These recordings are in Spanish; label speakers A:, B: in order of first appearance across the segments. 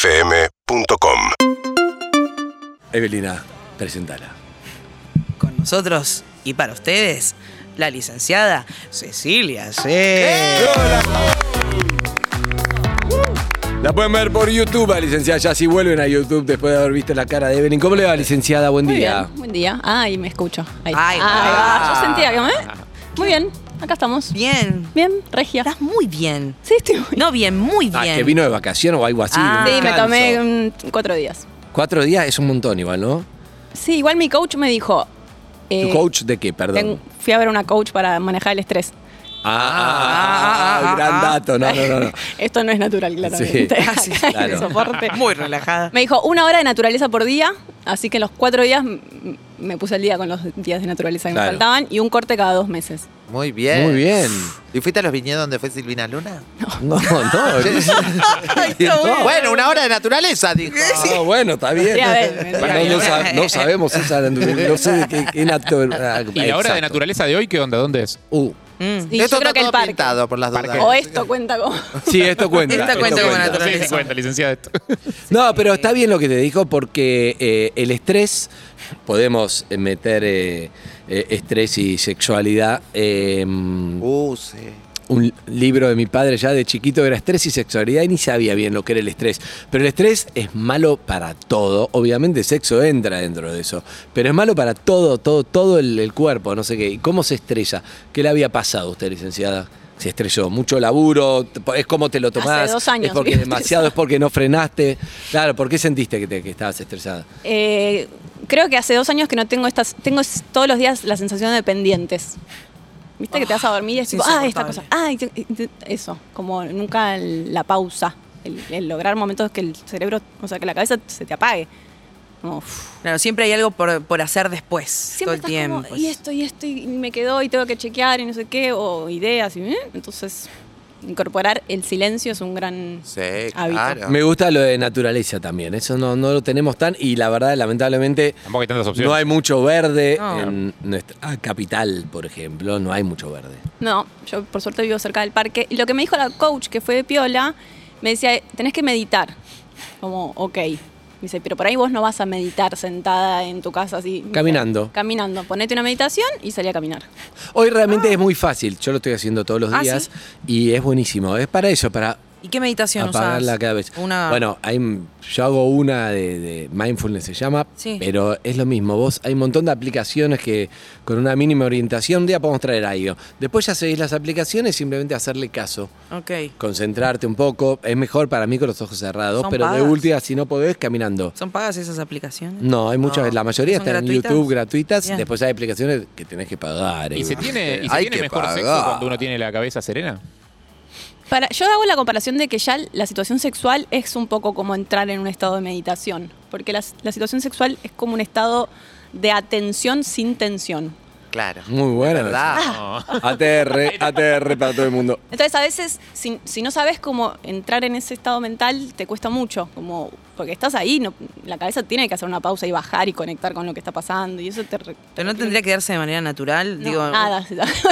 A: UrbanaPlayFM.com
B: Evelina, presentala.
C: con nosotros y para ustedes, la licenciada Cecilia C.
B: La pueden ver por YouTube, ah, licenciada. Ya si vuelven a YouTube después de haber visto la cara de Evelyn. ¿Cómo le va, licenciada? Buen
D: Muy
B: día.
D: bien, buen día. Ay, me escucho. Ahí.
C: Ay,
D: va.
C: ah.
D: Yo sentía que me... Muy bien, acá estamos.
C: Bien.
D: Bien, regia.
C: Estás muy bien.
D: Sí, estoy muy bien.
C: No bien, muy
B: Ah,
C: bien.
B: que vino de vacaciones o algo así.
C: Ah.
B: de
D: Sí, me
B: descanso.
D: tomé mm, cuatro días.
B: Cuatro días es un montón igual, ¿no?
D: Sí, igual mi coach me dijo... eh,
B: ¿Tu coach de qué, perdón?
D: ten- fui a ver una coach para manejar el estrés.
B: Ah, ah, ah,
C: Ah, ah,
B: gran
C: ah.
B: dato. No, no, no. no.
D: Esto no es natural, claramente.
B: Sí.
C: Ah, sí,
D: Acá hay
B: claro.
D: el soporte.
C: Muy relajada.
D: Me dijo una hora de naturaleza por día, así que los cuatro días mm, me puse al día con los días de naturaleza que
B: Claro.
D: me faltaban y un corte cada dos meses.
E: Muy bien.
B: Muy bien.
E: ¿Y fuiste a los viñedos donde fue Silvina Luna?
B: No, no.
E: No. Bueno, una hora de naturaleza, dijo.
B: Ah, bueno, está bien.
D: Sí, a ver, me-
B: Perdón, no, sa- no sabemos esa. No sé de qué, qué natu- ah,
F: ¿Y la hora de
B: exacto.
F: naturaleza de hoy qué onda? ¿Dónde es?
B: Uh,
C: Mm.
D: Y
E: Esto
D: yo creo
E: está
D: que el
E: todo
D: parque.
E: pintado por las
F: Parque.
E: dudas.
D: O esto cuenta como...
B: sí, esto cuenta.
C: Esta
B: esto
C: cuenta como
B: cuenta.
C: naturaleza.
F: No sé si cuenta, licenciada, esto.
B: No, pero está bien lo que te dijo porque eh, el estrés, podemos meter eh, eh, estrés y sexualidad. eh,
E: Uh, sí.
B: un libro de mi padre ya de chiquito era estrés y sexualidad y ni sabía bien lo que era el estrés. Pero el estrés es malo para todo. Obviamente sexo entra dentro de eso. Pero es malo para todo, todo, todo el, el cuerpo, no sé qué. ¿Y cómo se estresa? ¿Qué le había pasado a usted, licenciada? Se estrelló, mucho laburo, t- es como te lo tomás.
D: Hace dos años
B: Es porque
D: vivo
B: demasiado, es porque no frenaste. Claro, ¿por qué sentiste que, te- que estabas estresada?
D: Eh, creo que hace dos años que no tengo estas. Tengo s- todos los días la sensación de pendientes. Viste que te vas a dormir y es
C: es
D: tipo, ah, esta cosa,
C: insoportable.
D: ah, y te- y te- eso. Como nunca el- la pausa. El, el lograr momentos que el cerebro, o sea, que la cabeza se te apague. Como, uf.
C: Claro, siempre hay algo por, por hacer después.
D: Siempre
C: todo el
D: estás como,
C: tiempo.
D: y esto, y esto, y me quedó, y tengo que chequear, y no sé qué, o ideas, y ¿eh? entonces incorporar el silencio es un gran
E: Sí,
D: hábito.
E: claro.
B: Me gusta lo de naturaleza también, eso no, no lo tenemos tan y la verdad, lamentablemente,
F: Tampoco hay tantas opciones.
B: No hay mucho verde
C: No.
B: en nuestra ah, capital, por ejemplo, no hay mucho verde.
D: No, yo por suerte vivo cerca del parque. Y lo que me dijo la coach, que fue de Piola, me decía, tenés que meditar. Como, ok. Me dice, pero por ahí vos no vas a meditar sentada en tu casa así. Me dice,
B: Caminando.
D: Caminando. Ponete una meditación y salí a caminar.
B: Hoy realmente es muy fácil, yo lo estoy haciendo todos los
C: Ah,
B: días y es buenísimo, es para eso, para
C: ¿Y qué meditación usas?
B: apagarla cada vez.
C: Una.
B: Bueno, hay, yo hago una de, de mindfulness se llama,
C: Sí.
B: pero es lo mismo, vos hay un montón de aplicaciones que con una mínima orientación un día podemos traer algo. Después ya seguís las aplicaciones, simplemente hacerle caso.
C: Ok.
B: Concentrarte un poco, es mejor para mí con los ojos cerrados,
C: Son
B: pero de
C: vagas.
B: última, si no podés, caminando.
C: ¿Son pagas esas aplicaciones?
B: No, hay muchas,
C: No.
B: la mayoría
C: ¿Son
B: están
C: gratuitas?
B: en YouTube gratuitas.
C: Bien.
B: Después hay aplicaciones que tenés que pagar.
F: ¿Y se tiene, y se
E: Hay
F: tiene
E: que
F: mejor sexo
E: pagar.
F: cuando uno tiene la cabeza serena?
D: Para, yo hago la comparación de que ya la situación sexual es un poco como entrar en un estado de meditación. Porque la, la situación sexual es como un estado de atención sin tensión.
E: Claro.
B: Muy buena.
E: ¿Verdad?
B: ATR, ATR para todo el mundo.
D: Entonces a veces, si, si no sabes cómo entrar en ese estado mental, te cuesta mucho, como porque estás ahí, no- la cabeza tiene que hacer una pausa y bajar y conectar con lo que está pasando y eso te... re-
C: Pero no tendría que darse de manera natural.
D: No,
C: digo,
D: nada.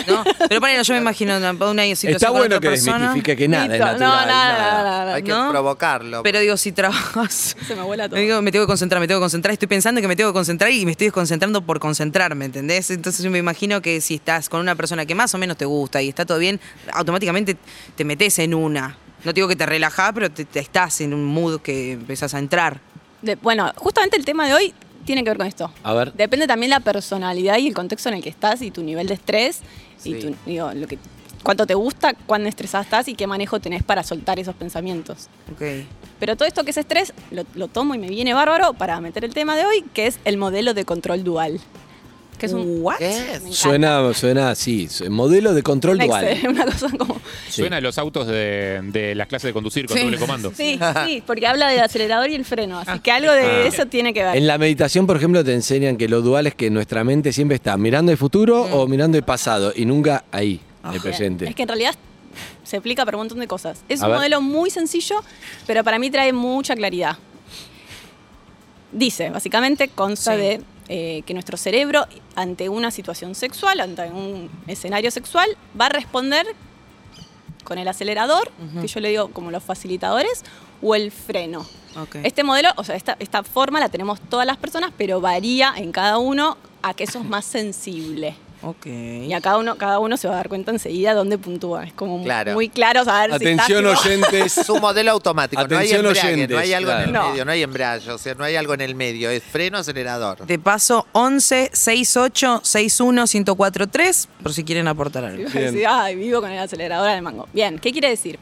C: No, pero ponele, yo me imagino una una situación
B: Está
C: con
B: bueno
C: otra
B: que
C: persona.
B: desmitifique que nada es
D: Listo.
B: natural.
D: no, nada,
B: nada.
D: nada,
E: Hay que
C: ¿No?
E: provocarlo.
C: Pero digo, si trabajas.
D: Se me vuela todo.
C: Me digo, me tengo que concentrar, me tengo que concentrar. Estoy pensando que me tengo que concentrar y me estoy desconcentrando por concentrarme, ¿entendés? Entonces yo me imagino que si estás con una persona que más o menos te gusta y está todo bien, automáticamente te metes en una. No te digo que te relajás, pero te, te estás en un mood que empezás a entrar.
D: De- bueno, justamente el tema de hoy tiene que ver con esto.
B: A ver.
D: Depende también la personalidad y el contexto en el que estás y tu nivel de estrés
E: Sí.
D: y tu, digo, lo que, cuánto te gusta, cuán estresada estás y qué manejo tenés para soltar esos pensamientos.
C: Ok.
D: Pero todo esto que es estrés lo, lo tomo y me viene bárbaro para meter el tema de hoy, que es el modelo de control dual. Que es un
C: ¿What?
E: ¿Qué es?
D: Me encanta.
B: Suena, suena así, su- modelo de control
D: Next,
B: dual.
D: una cosa como...
B: Sí.
F: Suena a los autos de, de las clases de conducir con
C: Sí.
F: doble comando.
D: Sí, sí, porque habla del acelerador y el freno, así que algo de
F: Ah.
D: eso tiene que ver.
B: En la meditación, por ejemplo, te enseñan que lo dual es que nuestra mente siempre está mirando el futuro o mirando el pasado y nunca ahí, el presente.
D: Mm. Ah, Es que en realidad se aplica para un montón de cosas. Es
B: A
D: un
B: ver.
D: modelo muy sencillo, pero para mí trae mucha claridad. Dice, básicamente consta
C: Sí.
D: de eh, que nuestro cerebro, ante una situación sexual, ante un escenario sexual, va a responder con el acelerador, que yo le digo como los facilitadores, o el freno.
C: Ok.
D: Este modelo, o sea, esta, esta forma la tenemos todas las personas, pero varía en cada uno a que eso es más sensible.
C: Ok.
D: Y a cada uno, cada uno se va a dar cuenta enseguida dónde puntúa. Es como
E: Claro.
D: muy claro saber
B: Atención
D: si estás, tipo,
B: oyentes.
E: Es un modelo automático,
B: Atención,
E: no hay embrague,
B: oyentes,
E: no hay algo en el
D: claro.
E: medio, no hay embrague, o sea, no hay algo en el medio, es freno acelerador.
C: De paso, 11 68 61 1043, por si quieren aportar algo.
D: Iba a decir,
B: Bien.
D: "Ay, vivo con el acelerador al mango. Bien, ¿qué quiere decir?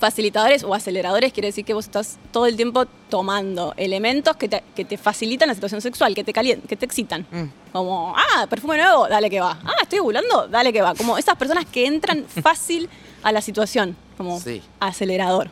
D: Facilitadores o aceleradores quiere decir que vos estás todo el tiempo tomando elementos que te, que te facilitan la situación sexual, que te calien- que te excitan.
C: Mm.
D: Como, ah, perfume nuevo, dale que va. Ah, estoy ovulando, dale que va. Como esas personas que entran fácil a la situación, como
E: Sí.
D: acelerador.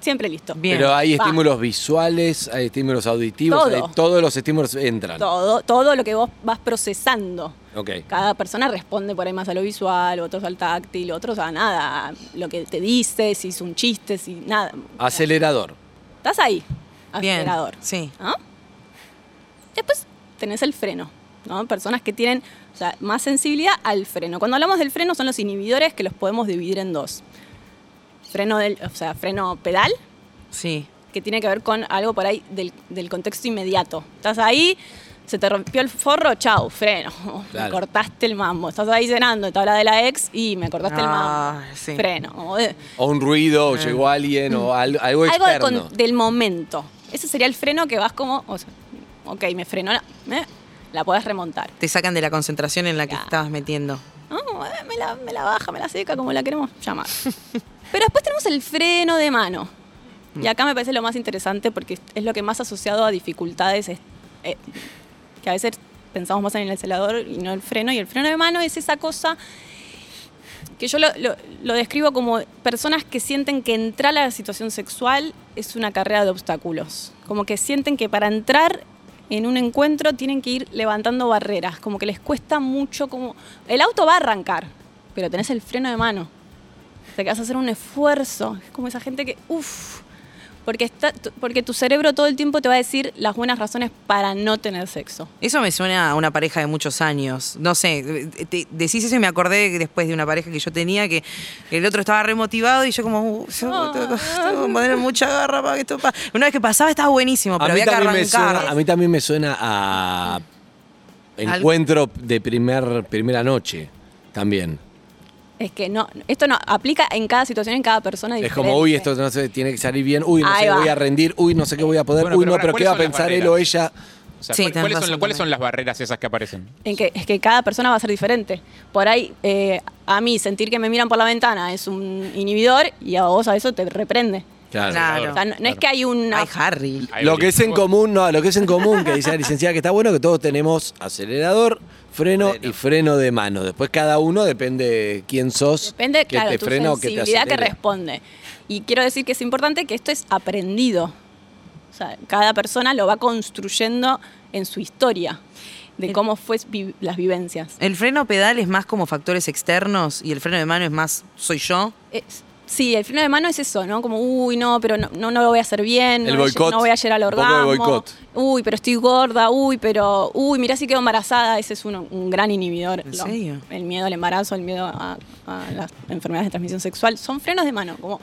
D: Siempre listo.
C: Bien.
B: Pero hay
D: Va.
B: estímulos visuales, hay estímulos auditivos,
D: Todo.
B: hay- todos los estímulos entran.
D: Todo, todo lo que vos vas procesando.
B: Ok.
D: Cada persona responde por ahí más a lo visual, otros al táctil, otros a nada, a lo que te dice, si es un chiste, si nada.
B: Acelerador.
D: Estás ahí,
C: Bien.
D: acelerador.
C: Sí.
D: ¿no? Después tenés el freno, ¿no? Personas que tienen o sea, más sensibilidad al freno. Cuando hablamos del freno son los inhibidores que los podemos dividir en dos. Freno del, o sea, freno pedal,
C: Sí.
D: que tiene que ver con algo por ahí del, del contexto inmediato. Estás ahí, se te rompió el forro, chau, freno. Me
B: Claro.
D: cortaste el mambo. Estás ahí cenando, te habla de la ex y me cortaste
C: Ah,
D: el mambo.
C: sí.
D: Freno. Como, eh,
B: O un ruido, o llegó alguien, o al- algo,
D: Algo de
B: externo.
D: con- del momento. Ese sería el freno que vas como, o sea, ok, me frenó, la, eh, la podés remontar.
C: Te sacan de la concentración en la que
D: Ya.
C: estabas metiendo.
D: No, eh, me, la, me la baja, me la seca, como la queremos llamar. Pero después tenemos el freno de mano. Y acá me parece lo más interesante porque es lo que más asociado a dificultades, es- eh, que a veces pensamos más en el acelerador y no el freno. Y el freno de mano es esa cosa que yo lo, lo- lo describo como personas que sienten que entrar a la situación sexual es una carrera de obstáculos. Como que sienten que para entrar en un encuentro tienen que ir levantando barreras, como que les cuesta mucho, como... El auto va a arrancar, pero tenés el freno de mano. O sea, que vas a hacer un esfuerzo. Es como esa gente que, uff, porque, está, porque tu cerebro todo el tiempo te va a decir las buenas razones para no tener sexo.
C: Eso me suena a una pareja de muchos años. No sé, te- decís eso y me acordé después de una pareja que yo tenía que el otro estaba remotivado y yo como, uh, yo tengo, que- tengo que poner mucha garra para que esto pase. Una vez que pasaba estaba buenísimo, pero
B: a, mí
C: había que
B: también
C: arrancar.
B: me suena, a mí también me suena a encuentro de primer, primera noche también.
D: Es que no, esto no aplica en cada situación, en cada persona
B: Es
D: diferente.
B: como, uy, esto no sé, tiene que salir bien, uy, no
D: Ahí
B: sé,
D: va.
B: voy a rendir, uy, no sé qué voy a poder,
F: Bueno,
B: uy,
F: pero
B: no,
F: pará,
B: pero ¿qué
F: ¿cuáles
B: va a
F: son las
B: pensar él
F: barreras?
B: o ella?
F: O sea,
C: Sí,
F: ¿cuál-
C: tenés
F: ¿cuáles, son,
C: razón
F: la-
C: también.
F: ¿Cuáles son las barreras esas que aparecen?
D: En que, es que cada persona va a ser diferente. Por ahí, eh, a mí sentir que me miran por la ventana es un inhibidor y a vos a eso te reprende.
B: Claro.
C: Claro.
D: O sea, no, no es que hay una...
C: Ay, Harry.
F: Ahí
B: Lo
F: venís.
B: que es en
F: Bueno,
B: común, no, lo que es en común, que dice la licenciada que está bueno, que todos tenemos acelerador, freno, y freno de mano. Después cada uno depende quién sos,
D: Depende,
B: que
D: claro,
B: te
D: tu
B: frena o que te
D: sensibilidad que,
B: acelera.
D: responde. Y quiero decir que es importante que esto es aprendido. O sea, cada persona lo va construyendo en su historia, de cómo fue vi- las vivencias.
C: El freno pedal es más como factores externos y el freno de mano es más soy yo.
D: Es- Eh, sí, el freno de mano es eso, ¿no? Como, uy, no, pero no, no, no lo voy a hacer bien,
B: El
D: no, voy a-
B: boicot,
D: no voy a llegar al
B: un poco de
D: orgasmo.
B: boicot.
D: Uy, pero estoy gorda, uy, pero, uy, mirá si quedo embarazada, ese es uno- un gran inhibidor.
C: ¿En
D: Lo-
C: serio?
D: El miedo al embarazo, el miedo a, a las enfermedades de transmisión sexual, son frenos de mano, como,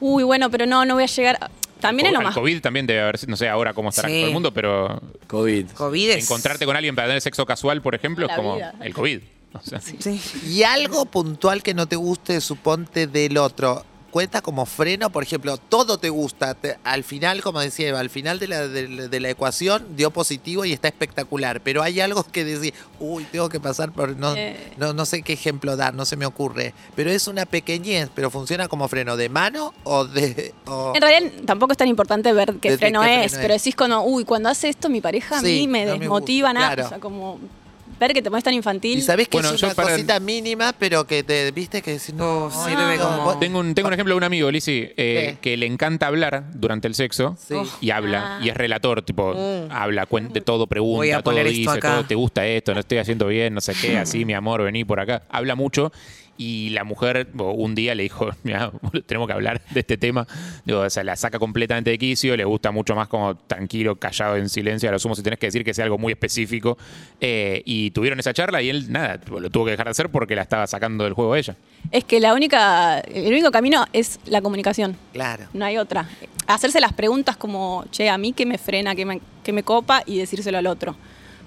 D: uy, bueno, pero no, no voy a llegar. a-". También es lo
F: al
D: más...
F: COVID también debe haber, no sé ahora cómo estará
C: Sí.
F: todo el mundo, pero
B: COVID.
C: COVID es...
F: encontrarte con alguien para tener sexo casual, por ejemplo,
D: La
F: es como
D: vida.
F: el COVID. O sea,
C: Sí.
E: Y algo puntual que no te guste, suponte del otro. Cuenta como freno, por ejemplo, todo te gusta. te- al final, como decía Eva, al final de la, de- de la ecuación dio positivo y está espectacular. Pero hay algo que decir, uy, tengo que pasar por. No,
D: Eh.
E: no, no sé qué ejemplo dar, no se me ocurre. Pero es una pequeñez, pero funciona como freno de mano o de. o-
D: En realidad tampoco es tan importante ver qué
E: De- de
D: freno
E: qué
D: es,
E: freno
D: pero
E: es.
D: decís cuando, uy, cuando hace esto mi pareja a
E: Sí,
D: mí me
E: no me
D: desmotiva,
E: gusta,
D: nada,
E: claro.
D: o sea, como ver que te pones tan infantil.
E: Y sabes que
F: Bueno,
E: es
F: yo
E: una
F: para-
E: cosita mínima, pero que te viste que decís, no,
C: Oh, sirve
E: no,
C: como-
E: vos-
F: Tengo un, tengo un ejemplo de un amigo, Lizzy, eh,
E: Sí.
F: que le encanta hablar durante el sexo
E: Sí.
C: Oh.
F: y habla,
D: Ah.
F: y es relator, tipo, habla, cuente todo, pregunta,
C: Mm. Voy a
F: todo
C: poner esto
F: dice,
C: acá.
F: todo, te gusta esto, no estoy haciendo bien, no sé qué, así, mi amor, vení por acá. Habla mucho Y la mujer bo, un día le dijo, mira, tenemos que hablar de este tema. Digo, o sea, la saca completamente de quicio, le gusta mucho más como tranquilo, callado, en silencio. A lo sumo si tenés que decir que sea algo muy específico. Eh, y tuvieron esa charla y él, nada, tipo, lo tuvo que dejar de hacer porque la estaba sacando del juego a ella.
D: Es que la única, el único camino es la comunicación.
E: Claro.
D: No hay otra. Hacerse las preguntas como, che, a mí qué me frena, qué me, qué me copa y decírselo al otro.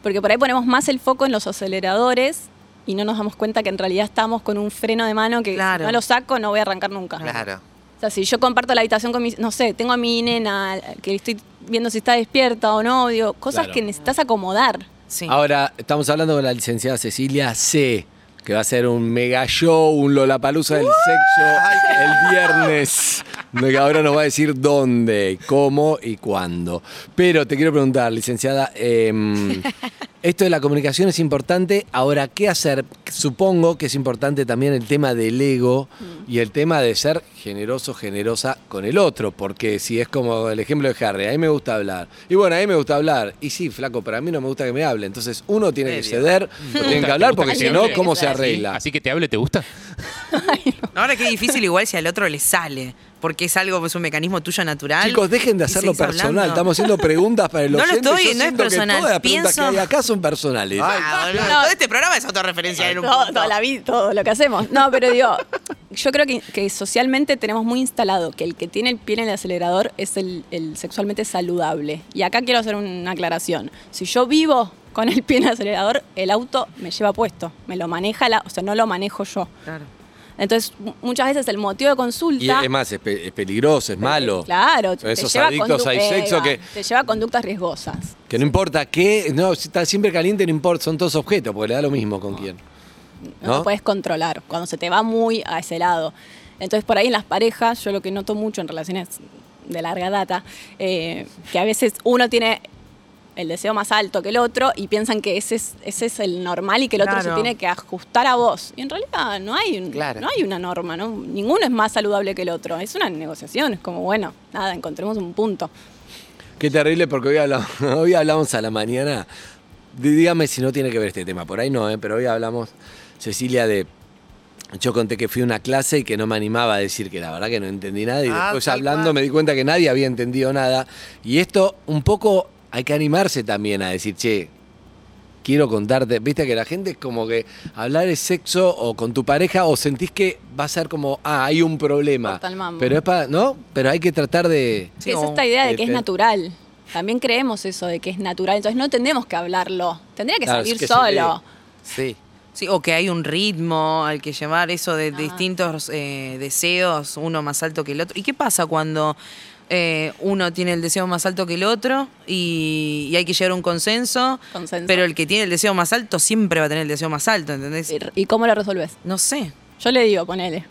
D: Porque por ahí ponemos más el foco en los aceleradores y no nos damos cuenta que en realidad estamos con un freno de mano que si
C: Claro.
D: no lo saco, no voy a arrancar nunca.
E: Claro.
D: O sea, si yo comparto la habitación con mi, no sé, tengo a mi nena que estoy viendo si está despierta o no, digo, cosas
B: Claro.
D: que necesitas acomodar.
C: Sí.
B: Ahora, estamos hablando con la licenciada Cecilia C., que va a ser un mega show, un Lollapalooza del sexo el viernes. Que Ahora nos va a decir dónde, cómo y cuándo. Pero te quiero preguntar, licenciada, em, esto de la comunicación es importante. Ahora, ¿qué hacer? Supongo que es importante también el tema del ego y el tema de ser generoso, generosa con el otro. Porque si es como el ejemplo de Harry, a mí me gusta hablar. Y bueno, a mí me gusta hablar. Y sí, flaco, pero a mí no me gusta que me hable. Entonces uno tiene que
E: Medio.
B: ceder, tiene que
F: gusta-
B: hablar,
F: te gusta
B: porque
F: que
B: si
F: te
B: no,
F: hable?
B: ¿cómo se
D: Claro.
B: arregla?
F: Así que te hable, ¿te gusta?
C: Ahora qué difícil igual si al otro le sale, porque es algo, es un mecanismo tuyo natural.
B: Chicos, dejen de
C: Y
B: hacerlo
C: seguís
B: personal.
C: hablando.
B: Estamos haciendo preguntas para el
C: No lo
B: oyente.
C: estoy,
B: Yo
C: no es
B: siento que
C: personal.
B: todas las preguntas que
C: Pienso-
B: hay acá son personales.
C: Ah, boludo, todo este programa es autorreferencial en un
D: Todo,
C: punto.
D: toda la vida, todo lo que hacemos. No, pero digo, yo creo que, que socialmente tenemos muy instalado que el que tiene el pie en el acelerador es el, el sexualmente saludable. Y acá quiero hacer una aclaración. Si yo vivo con el pie en el acelerador, el auto me lleva puesto, me lo maneja, la, o sea, no lo manejo yo.
C: Claro.
D: Entonces, mu- muchas veces el motivo de consulta...
B: Y es más, es, pe- es peligroso, es malo.
D: Claro, te
B: Esos
D: lleva a
B: adictos
D: condu-
B: al sexo
D: Eva,
B: que,
D: Te lleva a conductas riesgosas.
B: que no importa qué, no, si está siempre caliente, no importa, son todos objetos, porque le da lo mismo con quién.
D: no, lo
B: ¿No?
D: puedes controlar cuando se te va muy a ese lado. Entonces, por ahí en las parejas, yo lo que noto mucho en relaciones de larga data, eh, que a veces uno tiene el deseo más alto que el otro y piensan que ese es, ese es el normal y que el otro se
C: Claro.
D: tiene que ajustar a vos. Y en realidad no hay, un-
E: Claro.
D: no hay una norma, ¿no? ninguno es más saludable que el otro. Es una negociación, es como, bueno, nada, encontremos un punto.
B: Qué terrible, porque hoy hablamos, hoy hablamos a la mañana. Dí- Dígame si no tiene que ver este tema, por ahí no, ¿eh? pero hoy hablamos, Cecilia, de. Yo conté que fui a una clase y que no me animaba a decir que la verdad que no entendí nada. Y
E: Ah,
B: después
E: tal
B: hablando
E: cual.
B: me di cuenta que nadie había entendido nada. Y esto, un poco, hay que animarse también a decir, che, quiero contarte. Viste que la gente es como que hablar de sexo o con tu pareja o sentís que va a ser como, ah, hay un problema.
D: Corta el mambo.
B: Pero es para, ¿no? Pero hay que tratar de.
C: Sí,
D: es
C: o-
D: esta idea de
B: eh,
D: que es
B: te-
D: natural. También creemos eso de que es natural, entonces no tendremos que hablarlo. Tendría que
B: Claro, es
D: salir
B: que eh, se
D: solo.
E: Sí.
C: Sí, o que hay un ritmo al que llevar eso
D: Ah.
C: de, de distintos eh, deseos, uno más alto que el otro. ¿Y qué pasa cuando eh, uno tiene el deseo más alto que el otro y, y hay que llegar a un consenso,
D: Consenso.
C: Pero el que tiene el deseo más alto siempre va a tener el deseo más alto, ¿entendés?
D: ¿Y cómo lo resolves?
C: No sé.
D: Yo le digo, ponele.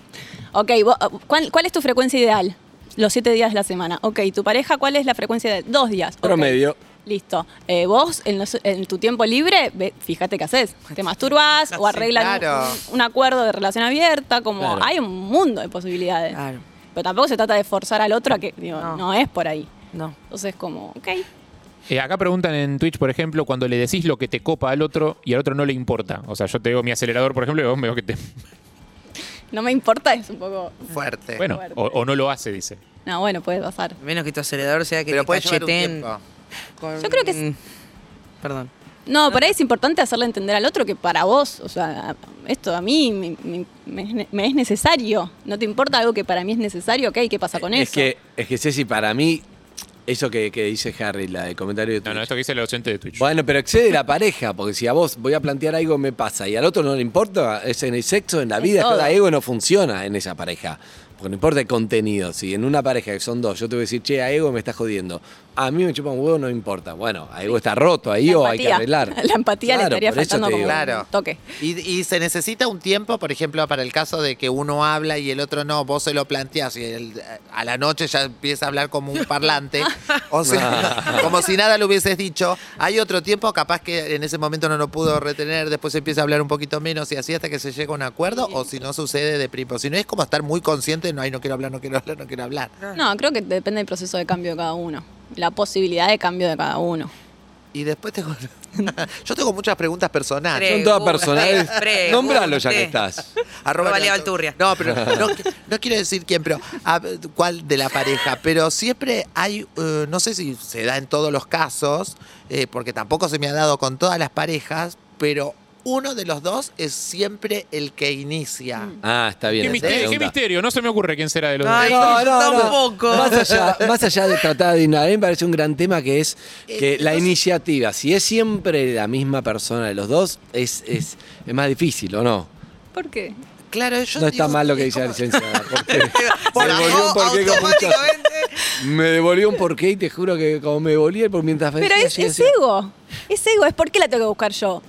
D: ok, vos, ah, ¿cuál, ¿cuál es tu frecuencia ideal? Los siete días de la semana. Ok, ¿tu pareja cuál es la frecuencia ideal? Dos días. Ok,
B: Promedio.
D: Listo. Eh, vos, en, los- en tu tiempo libre, ve- fíjate qué haces. Te masturbas o arreglan
E: claro.
D: un, un acuerdo de relación abierta. Como
B: Claro.
D: hay un mundo de posibilidades.
C: Claro.
D: Pero tampoco se trata de forzar al otro a que. digo,
C: No.
D: no. es por ahí.
C: No.
D: Entonces, como, ok.
F: Eh, acá preguntan en Twitch, por ejemplo, cuando le decís lo que te copa al otro y al otro no le importa. O sea, yo te digo mi acelerador, por ejemplo, y vos me digo que te.
D: No me importa, es un poco.
E: Fuerte.
F: Bueno, o, o no lo hace, dice.
D: No, bueno, puede pasar.
C: A Menos que tu acelerador sea que
E: Pero
C: te
E: puede llevar un
C: cacheten.
E: tiempo.
C: con- Mm.
D: Yo creo que es-
C: Perdón.
D: No, por ahí es importante hacerle entender al otro que para vos, o sea, esto a mí me, me- me es ne- me es necesario. No te importa algo que para mí es necesario, ok, ¿qué
E: Eh,
D: pasa con
B: es
D: eso?
B: Que, es que Ceci, para mí, eso que, que dice Harry, la de comentario de
F: No,
B: Twitch.
F: no, esto que dice el docente de Twitch.
B: Bueno, pero excede la pareja, porque si a vos voy a plantear algo me pasa y al otro no le importa, es en el sexo, en la
D: Es
B: vida, es
D: todo.
B: cada ego no funciona en esa pareja. Porque no importa el contenido, si en una pareja que son dos, yo te voy a decir, che, a ego me está jodiendo. A mí me chupa un huevo, no me importa. Bueno, a ego está roto, ahí
D: La
B: o hay que
D: empatía.
B: arreglar.
D: La empatía
B: Claro,
D: le estaría
B: por eso
D: faltando
B: te
D: como
B: digo.
D: un
E: Claro.
D: toque.
E: Y, y se necesita un tiempo, por ejemplo, para el caso de que uno habla y el otro no, vos se lo planteás y el- a la noche ya empieza a hablar como un parlante, o sea, como si nada lo hubieses dicho. Hay otro tiempo, capaz que en ese momento no lo pudo retener, después empieza a hablar un poquito menos y así hasta que se llega a un acuerdo, o si no sucede de primo. Si no es como estar muy consciente, no, ay, no quiero hablar, no quiero hablar, no quiero hablar.
D: No, creo que depende del proceso de cambio de cada uno, la posibilidad de cambio de cada uno.
E: Y después tengo. Yo tengo muchas preguntas personales.
C: Pre-
B: Son todas
C: Pregunta,
B: personales.
C: pre-
B: Nombralo ya que
C: pregunta.
B: estás.
C: Arroba
E: Leo
C: Leo Alturria.
E: No, pero no, no quiero decir quién, pero a ver, cuál de la pareja. Pero siempre hay, eh, no sé si se da en todos los casos, eh, porque tampoco se me ha dado con todas las parejas, pero uno de los dos es siempre el que inicia.
B: Ah, está bien.
F: ¿Qué
B: esa
F: misterio, qué
B: pregunta.
F: misterio? No se me ocurre quién será de los
C: Ay,
F: dos.
C: no, tampoco.
B: Más allá, más allá de tratar de ignorar, a mí me parece un gran tema que es que
E: Eh,
B: la
E: entonces-
B: iniciativa, si es siempre la misma persona de los dos, es, es, es más difícil, ¿o no?
D: ¿Por qué?
E: Claro, yo
B: no está
E: digo, eh,
B: mal lo que
E: es
B: dice la
E: como-
B: licenciada. porque
E: Por
B: me
E: la
B: devolvió un
C: voz,
B: porqué con mucho-
C: automáticamente.
B: Me devolvió un porqué y te juro que como me devolví, por mientras
D: Pero
B: decía,
D: es,
B: yo
D: es
B: decía,
D: ego. Es ego. Es por qué la tengo que buscar yo.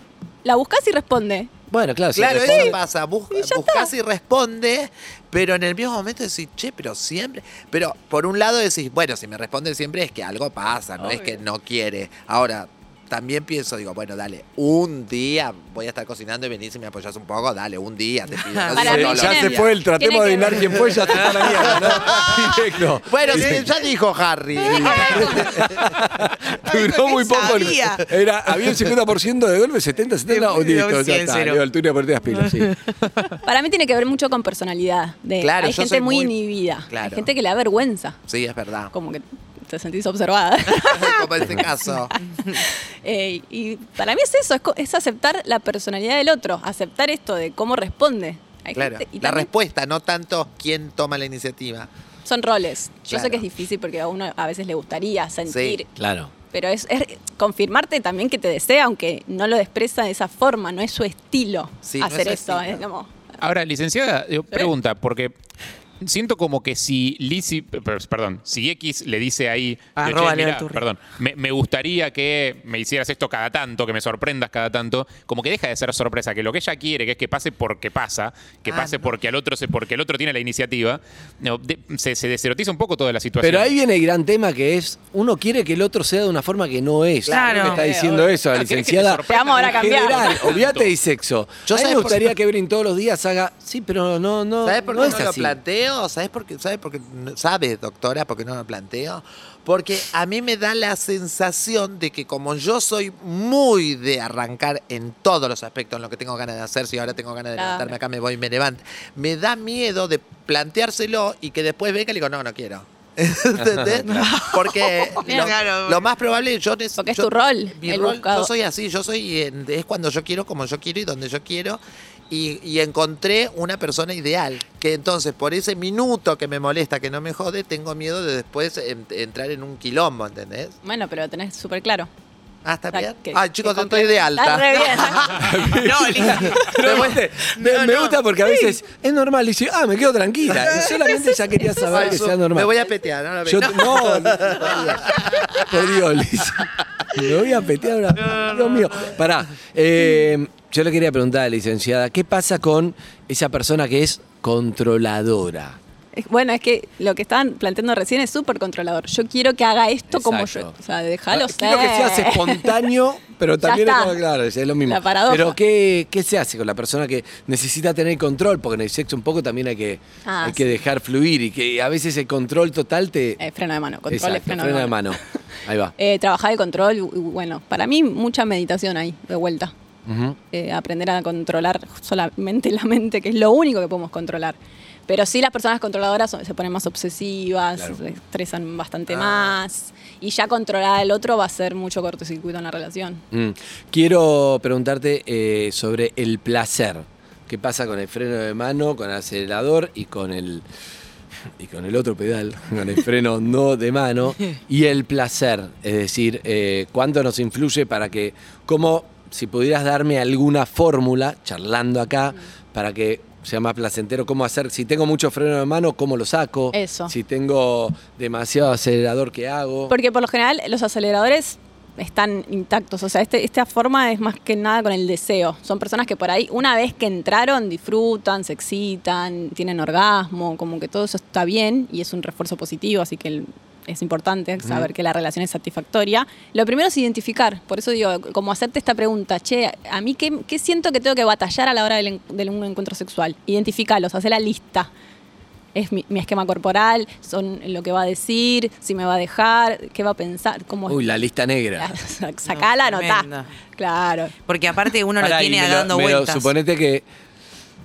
D: La buscas y responde.
B: Bueno, claro, si
E: Claro,
B: responde-
E: eso pasa. Bus-
D: Y ya
E: buscas y responde, pero en el mismo momento decís, che, pero siempre. Pero por un lado decís, bueno, si me responde siempre es que algo pasa, no es que no quiere. Ahora, también pienso, digo, bueno, dale, un día voy a estar cocinando y venís y me apoyás un poco, dale, un día te pido. No
D: Para
E: sé,
D: mí
E: todos los
B: ya
D: tiene-
B: se
E: días.
B: fue el tratemos de
D: tiene que-
B: adivinar quién fue, ya se fue a la mierda, ¿no? Directo.
E: Bueno, eh, sí, ya dijo Harry.
B: Duró
C: Ay,
B: muy poco. el-
C: sabía.
B: Era, había un 50% de golpe, 70, 70 o
C: Después dio
B: listo,
C: un
B: ya
C: 100,
B: está.
C: cero.
B: Leo Alturia, ponete las pilas, sí.
D: Para mí tiene que ver mucho con personalidad. De,
E: Claro,
D: hay
E: yo
D: gente
E: soy
D: muy
E: muy-
D: inhibida. Hay
E: Claro.
D: gente que le da vergüenza.
E: Sí, es verdad.
D: Como que te sentís observada.
E: Como en este caso.
D: Eh, y para mí es eso, es, co- es aceptar la personalidad del otro, aceptar esto de cómo responde. Hay
E: Claro.
D: gente- y
E: La
D: también
E: respuesta, no tanto quién toma la iniciativa.
D: son roles. Yo sé
E: Claro.
D: que es difícil porque a uno a veces le gustaría sentir,
E: Sí.
B: Claro.
D: pero es, es confirmarte también que te desea, aunque no lo expresa de esa forma, no es su estilo
E: Sí, no es
D: hacer
E: su
D: eso.
E: estilo.
D: es como-
F: Ahora, licenciada, eh, pregunta, porque siento como que si Lizzy, p- p- perdón, si X le dice ahí,
C: Ah,
F: "Che,
C: arroba
F: mirá,
C: Leal Turri.
F: perdón, me, me gustaría que me hicieras esto cada tanto, que me sorprendas cada tanto, como que deja de ser sorpresa, que lo que ella quiere, que es que pase porque pasa, que
E: Ah,
F: pase
E: no.
F: porque al otro se, porque el otro tiene la iniciativa, no, de- se, se deserotiza un poco toda la situación.
B: Pero ahí viene el gran tema que es, uno quiere que el otro sea de una forma que no es.
C: Claro.
B: Me está diciendo eso la
F: Ah, ¿querés que te
B: licenciada.
F: sorprenda?
D: Te amo, ahora
B: En
D: cambiar.
B: general, obviate y sexo.
E: Yo
B: a mí
E: sabes
B: me
E: por-
B: gustaría que Brin todos los días haga, sí, pero no, no,
E: ¿Sabes por
B: no
E: qué
B: es
E: no, lo
B: así.
E: planteo? ¿Sabes por qué? ¿Sabes por qué? no- ¿Sabes, doctora, por qué no lo planteo? Porque a mí me da la sensación de que como yo soy muy de arrancar en todos los aspectos, en lo que tengo ganas de hacer, si ahora tengo ganas de
D: Claro.
E: levantarme acá, me voy y me levanto, me da miedo de planteárselo y que después venga y le digo, no, no quiero. ¿Entendés? Porque
C: Mira,
E: lo,
C: claro.
E: lo más probable yo neces-
D: Porque es
E: yo-
D: tu rol,
E: mi
D: el
E: rol, yo
D: buscador.
E: soy así, yo soy en- es cuando yo quiero, como yo quiero y donde yo quiero. Y, y encontré una persona ideal, que entonces por ese minuto que me molesta, que no me jode, tengo miedo de después em- entrar en un quilombo, ¿entendés?
D: Bueno, pero lo tenés súper claro.
E: Ah, está
D: O sea,
E: bien.
D: que-
E: Ay,
D: que
E: chicos,
D: compre-
E: estoy de
D: Está re
E: alta.
D: bien.
C: No, Lizzy.
B: No, ¿viste? me,
C: no,
B: me
C: no.
B: gusta porque a veces es normal, dice, ah, me quedo tranquila. Y solamente ya quería saber
E: Ay,
B: que
E: su-
B: sea normal.
E: Me voy a petear. No,
B: Yo, no, no, por Dios, Liz. Me voy a petear ahora. Dios mío. Pará. eh, yo le quería preguntar a la licenciada, ¿qué pasa con esa persona que es controladora?
D: Es- Bueno, es que lo que estaban planteando recién es súper controlador. Yo quiero que haga esto como yo.
B: Exacto. Ah,
D: O sea, déjalo ser.
B: Quiero que seas espontáneo, pero
D: Ya
B: también es,
D: está.
B: como- claro, es lo mismo.
D: La paradoja.
B: Pero ¿qué, ¿qué se hace con la persona que necesita tener control? Porque en el sexo un poco también hay que,
D: Ah,
B: hay que
D: sí.
B: dejar fluir y que a veces el control total te...
D: Eh, freno de mano, control
B: Exacto,
D: es freno, de mano.
B: Ahí va.
D: Eh, trabajar el control, y bueno, para mí mucha meditación ahí, de vuelta.
B: Ujú.
D: Eh, aprender a controlar solamente la mente, que es lo único que podemos controlar. Pero sí las personas controladoras son- se ponen más obsesivas,
B: Claro.
D: se estresan bastante más. Y ya controlar al otro va a ser mucho cortocircuito en la relación.
B: Mm. Quiero preguntarte eh, sobre el placer. ¿Qué pasa con el freno de mano, con el acelerador y con el y con el otro pedal, con el freno no de mano y el placer, es decir, eh, cuánto nos influye para que como si pudieras darme alguna fórmula charlando acá para que sea más placentero, cómo hacer, si tengo mucho freno de mano, cómo lo saco,
D: Eso.
B: si tengo demasiado acelerador, ¿qué hago?
D: Porque por lo general los aceleradores están intactos. O sea, este- esta forma es más que nada con el deseo. Son personas que por ahí, una vez que entraron, disfrutan, se excitan, tienen orgasmo, como que todo eso está bien y es un refuerzo positivo, así que el- es importante saber que la relación es satisfactoria. Lo primero es identificar, por eso digo, como hacerte esta pregunta, che, ¿a mí qué, qué siento que tengo que batallar a la hora del, en- de un encuentro sexual? Identificalos, hacer la lista. es mi, mi esquema corporal, son lo que va a decir, si me va a dejar, qué va a pensar, cómo
B: Uy, la lista negra.
D: Sacá la
C: No,
D: nota.
C: tremenda.
D: Claro.
C: Porque aparte uno
B: Pará,
C: lo
B: y
C: tiene
B: me lo-
C: dando
B: me lo-
C: vueltas.
B: suponete que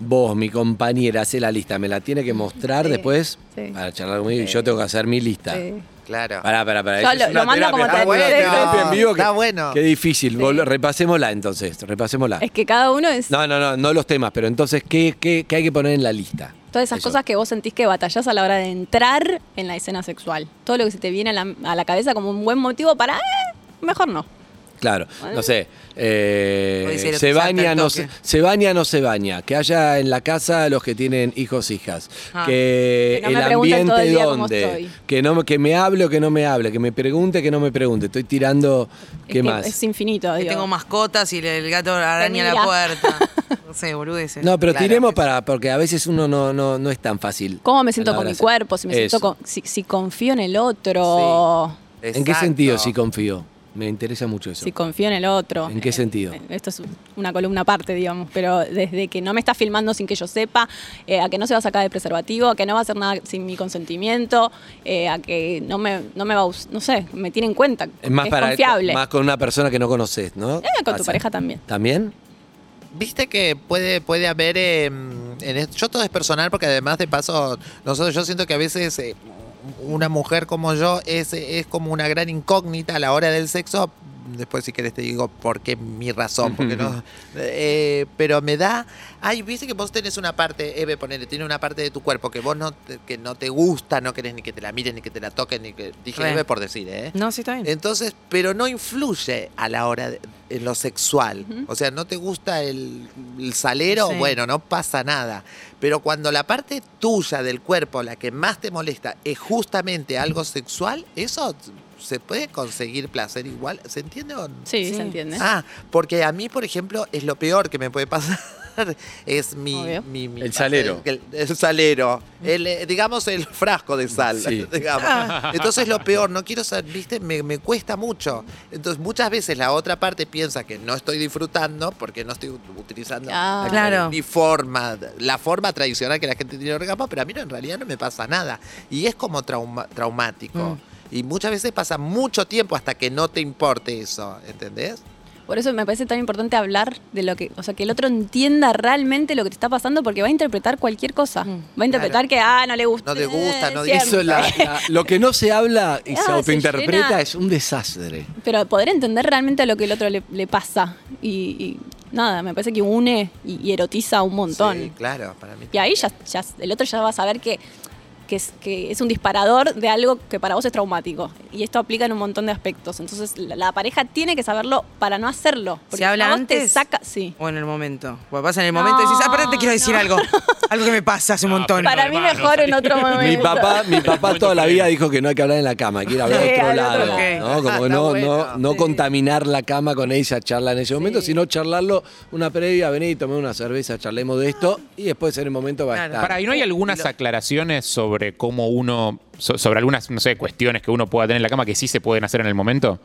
B: vos, mi compañera, hace la lista, me la tiene que mostrar
D: Sí,
B: después
D: sí.
B: para charlar conmigo y yo tengo que hacer mi lista.
D: Sí.
E: Claro.
B: Pará, pará, pará.
D: Yo
B: eso es una
D: lo- lo mando
B: terapia.
D: como
B: Está
D: terapia.
B: buena, terapia en vivo,
E: Está
B: qué-
E: bueno.
B: Qué difícil. Vol- Repasémosla entonces, repasémosla.
D: Es que cada uno es
B: Ah. No, no, no, no los temas, pero entonces, ¿qué, qué- qué hay que poner en la lista?
D: todas esas
B: Eso.
D: cosas que vos sentís que batallás a la hora de entrar en la escena sexual. Todo lo que se te viene a la, a la cabeza como un buen motivo para... "Eh, mejor no.
B: Claro, no sé. eh,
C: Puede ser
B: se
C: el
B: baña,
C: salta
B: no
C: al
B: se,
C: toque.
B: se baña, no se baña. Que haya en la casa los que tienen hijos, hijas.
C: Ah.
B: Que,
D: Que no
B: el
D: me pregunten todo
B: ambiente
D: el día cómo
B: donde.
D: estoy.
B: Que, no, me- que me hable o que no me hable. Que me pregunte, que no me pregunte. Estoy tirando.
D: Es
B: ¿Qué
D: que
B: más?
D: Es infinito.
C: Que
D: digo.
C: tengo mascotas y le- el gato araña la
D: mira.
C: puerta. No sé, boludeces.
B: No, pero
E: Claro.
B: tiremos para. Porque a veces uno no, no, no es tan fácil.
D: ¿Cómo me siento
B: a la
D: con
B: hora
D: mi
B: de-
D: cuerpo? Si, me siento
B: Eso.
D: con- si, si confío en el otro.
B: ¿En qué
E: Exacto.
B: sentido sí confío? Me interesa mucho eso.
D: Si confío en el otro.
B: ¿En qué
D: Eh,
B: sentido?
D: eh, Esto es una columna aparte, digamos, pero desde que no me está filmando sin que yo sepa, eh, a que no se va a sacar de preservativo, a que no va a hacer nada sin mi consentimiento, eh, a que no me, no me va a us- no sé, me tiene en cuenta.
B: Es más
D: es
B: para
D: confiable.
B: más con una persona que no conoces, ¿no?
D: Eh, con tu
B: Pasa.
D: pareja también.
B: ¿También?
E: Viste que puede, puede haber. eh, en esto- yo todo es personal porque además de paso, nosotros yo siento que a veces eh, una mujer como yo es, es como una gran incógnita a la hora del sexo. Después, si querés, te digo por qué mi razón, porque no. eh, pero me da. Ay, viste que vos tenés una parte, Eve, ponele, tiene una parte de tu cuerpo que vos no te, que no te gusta, no querés ni que te la miren, ni que te la toquen, ni que. Dije
C: Re.
E: Eve por decir, ¿eh?
C: No, sí, está bien.
E: Entonces, pero no influye a la hora de- en lo sexual. O sea, no te gusta el, el salero,
C: Sí.
E: bueno, no pasa nada. Pero cuando la parte tuya del cuerpo, la que más te molesta, es justamente algo sexual, eso se puede conseguir placer igual. ¿Se entiende o no?
D: Sí,
C: Sí.
D: se entiende.
E: Ah, porque a mí, por ejemplo, es lo peor que me puede pasar. Es mi.
D: Obvio.
E: mi- mi
B: El
E: pase-
B: salero.
E: El, el salero. El, eh, digamos el frasco de sal.
B: Sí.
E: digamos.
D: Ah.
E: Entonces, lo peor, no quiero ser, ¿viste? Me, me cuesta mucho. Entonces, muchas veces la otra parte piensa que no estoy disfrutando porque no estoy ut- utilizando
D: Ah.
E: la-
C: Claro.
E: mi forma, la forma tradicional que la gente tiene orgasmo, pero a mí no, en realidad no me pasa nada. Y es como trauma- traumático.
D: Mm.
E: Y muchas veces pasa mucho tiempo hasta que no te importe eso, ¿entendés?
D: Por eso me parece tan importante hablar de lo que, o sea, que el otro entienda realmente lo que te está pasando porque va a interpretar cualquier cosa. Va a interpretar que, ah, no le gusta.
E: No le gusta, no
D: eh,
E: dice-
B: Eso, la- la- lo que no se habla y
D: Ah,
B: se
D: se
B: autointerpreta
D: llena.
B: es un desastre.
D: Pero poder entender realmente lo que el otro le, le pasa. Y, y nada, me parece que une y, y erotiza un montón.
E: Sí, claro, para mí.
D: Y ahí ya, ya- el otro ya va a saber que, que, es, que es un disparador de algo que para vos es traumático. Y esto aplica en un montón de aspectos. Entonces la, la pareja tiene que saberlo para no hacerlo. Porque
C: ¿Se habla
D: si no, vos te
C: antes?
D: saca, sí.
C: O en el momento. Porque pasa en el
D: No,
C: momento y decís, ah, pará, te quiero decir
D: no.
C: algo. Algo que me pasa hace un
E: Ah,
F: No,
C: montón.
F: pero-
D: para mí
F: hermano,
D: mejor en otro momento.
B: Mi papá, mi papá
F: Momento
B: toda la
F: pleno.
B: vida dijo que no hay que hablar en la cama, hay que ir a hablar
D: Sí,
B: a otro
D: al otro
B: lado.
C: lado.
B: ¿no? Como que no,
E: Está
B: no,
E: bueno.
B: no
D: Sí.
B: contaminar la cama con esa charla en ese momento, sino charlarlo una previa, vení, tomé una cerveza, charlemos de esto y después en el momento va a
C: Claro.
B: estar.
F: Para, ¿y no hay algunas aclaraciones sobre cómo uno, so- sobre algunas, no sé, cuestiones que uno pueda tener en la cama que sí se pueden hacer en el momento?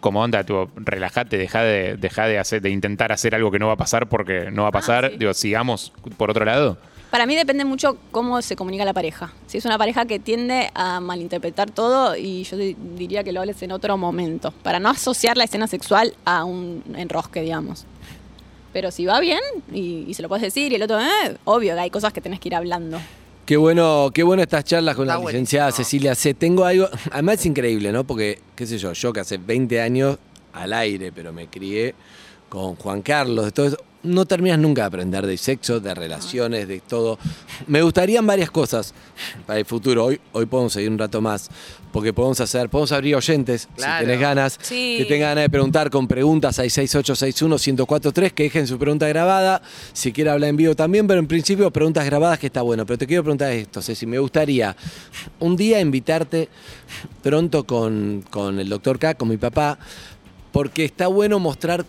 F: Como onda, tipo, relájate, deja de, deja de hacer, de intentar hacer algo que no va a pasar porque no va a pasar.
D: sí.
F: Digo, sigamos por otro lado.
D: Para mí depende mucho cómo se comunica la pareja. Si es una pareja que tiende a malinterpretar todo, y yo di- diría que lo hables en otro momento, para no asociar la escena sexual a un enrosque, digamos. Pero si va bien y, y se lo puedes decir, y el otro, eh, obvio, que hay cosas que tenés que ir hablando.
B: Qué bueno, qué bueno estas charlas con
E: Está
B: la licenciada
E: buenísimo.
B: Cecilia C. Tengo algo, además es increíble, ¿no? Porque, qué sé yo, yo que hace 20 años al aire, pero me crié con Juan Carlos, de todo eso, no terminas nunca de aprender de sexo, de relaciones, de todo. Me gustarían varias cosas para el futuro. Hoy, hoy podemos seguir un rato más, porque podemos hacer, podemos abrir oyentes, si
E: Claro.
B: tenés ganas,
C: Sí.
B: que tengan ganas de preguntar con preguntas 66861-1043, que dejen su pregunta grabada. Si quiere hablar en vivo también, pero en principio preguntas grabadas que está bueno. Pero te quiero preguntar esto, Ceci, me gustaría un día invitarte pronto con, con el doctor K, con mi papá, porque está bueno mostrar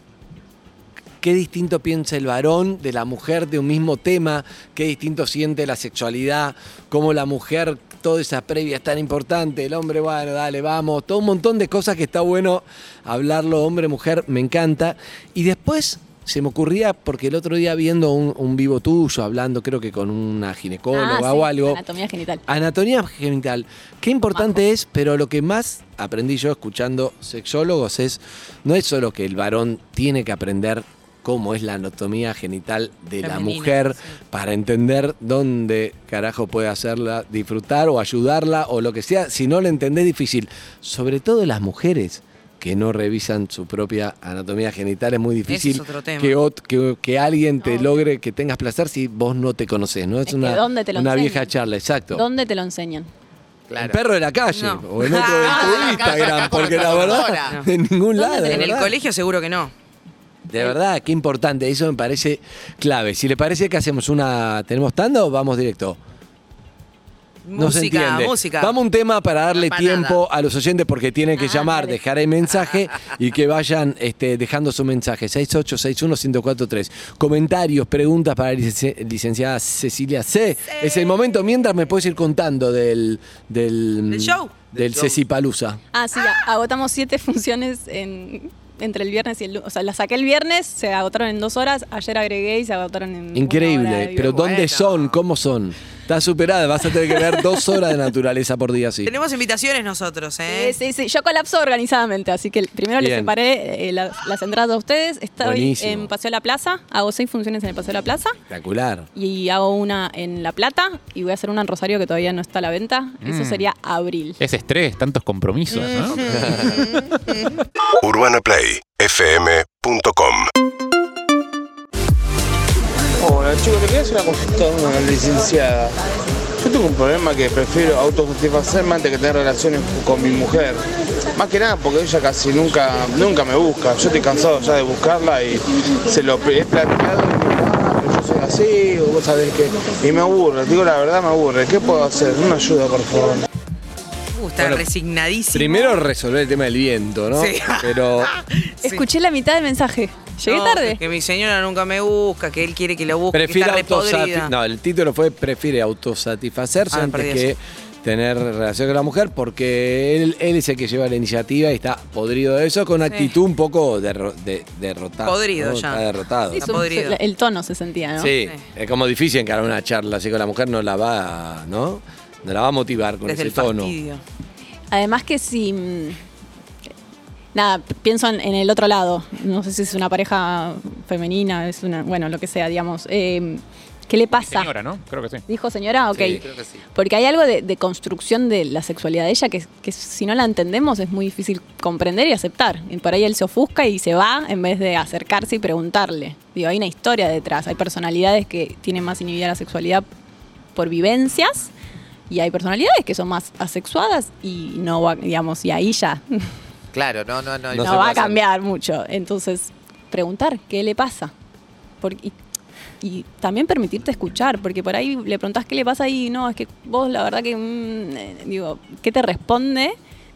B: qué distinto piensa el varón de la mujer de un mismo tema, qué distinto siente la sexualidad, cómo la mujer, toda esa previa es tan importante, el hombre, bueno, dale, vamos, todo un montón de cosas que está bueno hablarlo, hombre, mujer, me encanta. Y después se me ocurría porque el otro día viendo un, un vivo tuyo, hablando creo que con una ginecóloga
D: Ah,
B: o
D: sí,
B: algo,
D: Anatomía genital.
B: Anatomía genital. Qué importante es, pero lo que más aprendí yo escuchando sexólogos es, no es solo que el varón tiene que aprender cómo es la anatomía genital de la
C: Femenina,
B: mujer
C: sí.
B: para entender dónde carajo puede hacerla disfrutar o ayudarla o lo que sea. Si no lo entendés, difícil. Sobre todo las mujeres que no revisan su propia anatomía genital. Es muy
C: Ese es
B: difícil
C: otro tema.
B: que, ot- que- que alguien te
D: No.
B: logre que tengas placer si vos no te conocés. ¿no? Es,
D: Es que
B: una,
D: ¿dónde te lo
B: una
D: enseñan?
B: vieja charla, exacto.
D: ¿Dónde te lo enseñan?
B: El perro de la calle.
C: No.
B: O en otro de tu
E: Ah,
B: Instagram.
E: acá con
B: Porque la
E: nuestra
B: verdad,
E: doctora.
B: de ningún
D: ¿Dónde
B: lado.
D: te-
B: de
C: En el
B: verdad.
C: colegio seguro que no.
B: De verdad, qué importante. Eso me parece clave. Si le parece que hacemos una. ¿Tenemos tanda o vamos directo? No se
C: música,
B: entiende.
C: música.
B: Vamos a un tema para darle
E: Campanada.
B: tiempo a los oyentes porque tienen que
D: Ah,
B: llamar,
D: dale.
B: dejar el mensaje y que vayan este, dejando su mensaje. 6861-1043. Comentarios, preguntas para la lic- licenciada Cecilia C. Es el momento mientras me puedes ir contando del. Del,
C: Del show.
B: Del
E: Del show.
B: Cecipalusa.
D: Ah, sí, a- agotamos siete funciones en- entre el viernes y el lu- O sea, las saqué el viernes, se agotaron en dos horas, ayer agregué y se agotaron en. una hora
B: Increíble.
D: de
B: Pero
D: vivo.
B: ¿dónde
F: Bueno.
B: son? ¿Cómo son? Estás superada. Vas a tener que ver dos horas de naturaleza por día, sí.
C: Tenemos invitaciones nosotros, ¿eh?
D: Sí, sí, sí. Yo colapso organizadamente, así que primero les
B: Bien.
D: separé eh, las, las entradas a ustedes. Estoy
B: Buenísimo.
D: en Paseo de la Plaza, hago seis funciones en el Paseo de la Plaza
B: Espectacular.
D: y hago una en La Plata y voy a hacer una en Rosario que todavía no está a la venta. Eso
F: Mm.
D: sería abril.
F: Es estrés, tantos compromisos, ¿no?
A: UrbanaPlayFM.com
G: Hola chicos, te quería hacer una consulta a una licenciada. Yo tengo un problema que prefiero autosatisfacerme antes que tener relaciones con mi mujer. Más que nada porque ella casi nunca, nunca me busca. Yo estoy cansado ya de buscarla y se lo he planteado. pero "Ah, Yo soy así, o vos sabés que. Y me aburre, te digo la verdad, me aburre. ¿Qué puedo hacer? Una ayuda, por favor.
C: Uh, está
B: Bueno,
C: resignadísimo.
B: Primero resolver el tema del viento, ¿no?
C: Sí.
B: Pero
C: Sí.
D: Escuché la mitad del mensaje. Llegué
C: No,
D: tarde.
C: Que mi señora nunca me busca, que él quiere que lo busque.
B: prefiere
C: que está repodrida.
B: autosatisfacerse. No, el título fue prefiere autosatisfacerse
C: Ah,
B: antes
C: perdí
B: que
C: eso.
B: tener relación con la mujer porque él, él es el que lleva la iniciativa y está podrido de eso con actitud un poco derro- de- derrotada.
C: Podrido
B: ¿no?
C: ya.
B: Está derrotado.
D: Sí,
C: Está
D: su-
C: podrido.
D: el tono se sentía, ¿no?
B: Sí,
C: Sí.
B: es como difícil encarar una charla así con la mujer, no la va, a- ¿no? No la va a motivar con
C: Desde el
B: ese tono.
C: fastidio.
D: Además que si... mm, Nada, pienso en, en el otro lado. No sé si es una pareja femenina, es una... Bueno, lo que sea, digamos. Eh, ¿Qué le pasa?
F: Señora, ¿no? Creo que sí.
D: ¿Dijo señora? Ok.
B: Sí.
E: Creo que sí.
D: Porque hay algo de, de construcción de la sexualidad de ella que, que si no la entendemos es muy difícil comprender y aceptar. Y por ahí él se ofusca y se va en vez de acercarse y preguntarle. Digo, hay una historia detrás. Hay personalidades que tienen más inhibida la sexualidad por vivencias y hay personalidades que son más asexuadas y no va, digamos, y ahí ya no,
E: Claro, no, no, no.
B: No se
D: va
B: puede
D: a
B: hacer.
D: cambiar mucho. Entonces, preguntar qué le pasa. Porque, y, y también permitirte escuchar, porque por ahí le preguntás qué le pasa y no, es que vos la verdad que, mm, eh, digo, ¿qué te responde?